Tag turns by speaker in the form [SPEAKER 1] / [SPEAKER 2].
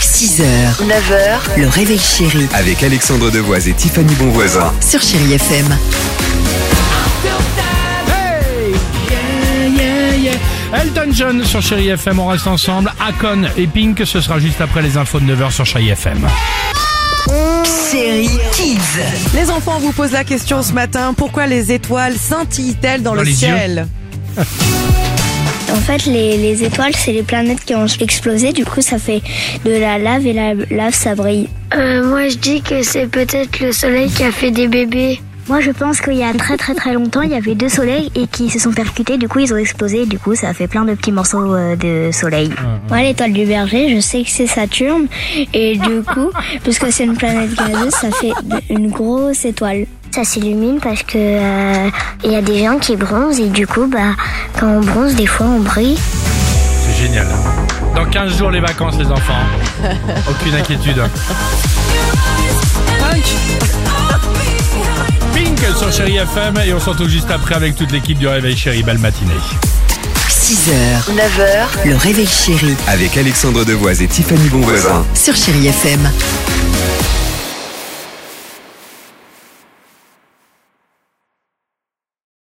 [SPEAKER 1] 6h, 9h, le réveil chéri
[SPEAKER 2] Avec Alexandre Devoise et Tiffany Bonvoisin.
[SPEAKER 1] sur Chéri FM.
[SPEAKER 3] Yeah, yeah. Elton John sur Chéri FM, on reste ensemble. Akon et Pink, ce sera juste après les infos de 9h sur Chéri FM.
[SPEAKER 1] Chéri Kids.
[SPEAKER 4] Les enfants, on vous pose la question ce matin, pourquoi les étoiles scintillent-elles dans,
[SPEAKER 3] Dans
[SPEAKER 4] le
[SPEAKER 3] les
[SPEAKER 4] ciel
[SPEAKER 5] En fait, les, les étoiles, c'est les planètes qui ont explosé. Du coup, ça fait de la lave et la lave, ça brille. Euh, moi, je dis que c'est peut-être le soleil qui a fait des bébés. Moi, je pense qu'il y a très très très longtemps, il y avait deux soleils et qui se sont percutés. Du coup, ils ont explosé. Du coup, ça a fait plein de petits morceaux euh, de soleil. Moi, l'étoile du berger, je sais que c'est Saturne. Et du coup, puisque c'est une planète gazeuse, ça fait une grosse étoile. Ça s'illumine parce que euh, il y a des gens qui bronzent et du coup, bah, quand on bronze, des fois, on brille.
[SPEAKER 3] C'est génial. Dans 15 jours, les vacances, les enfants. Aucune inquiétude. Pink sur Chéri FM et on se retrouve juste après avec toute l'équipe du Réveil Chéri. Belle matinée.
[SPEAKER 1] 6h, 9h, le réveil chéri
[SPEAKER 2] Avec Alexandre Devoise et Tiffany Bonvoisin.
[SPEAKER 1] sur Chéri FM.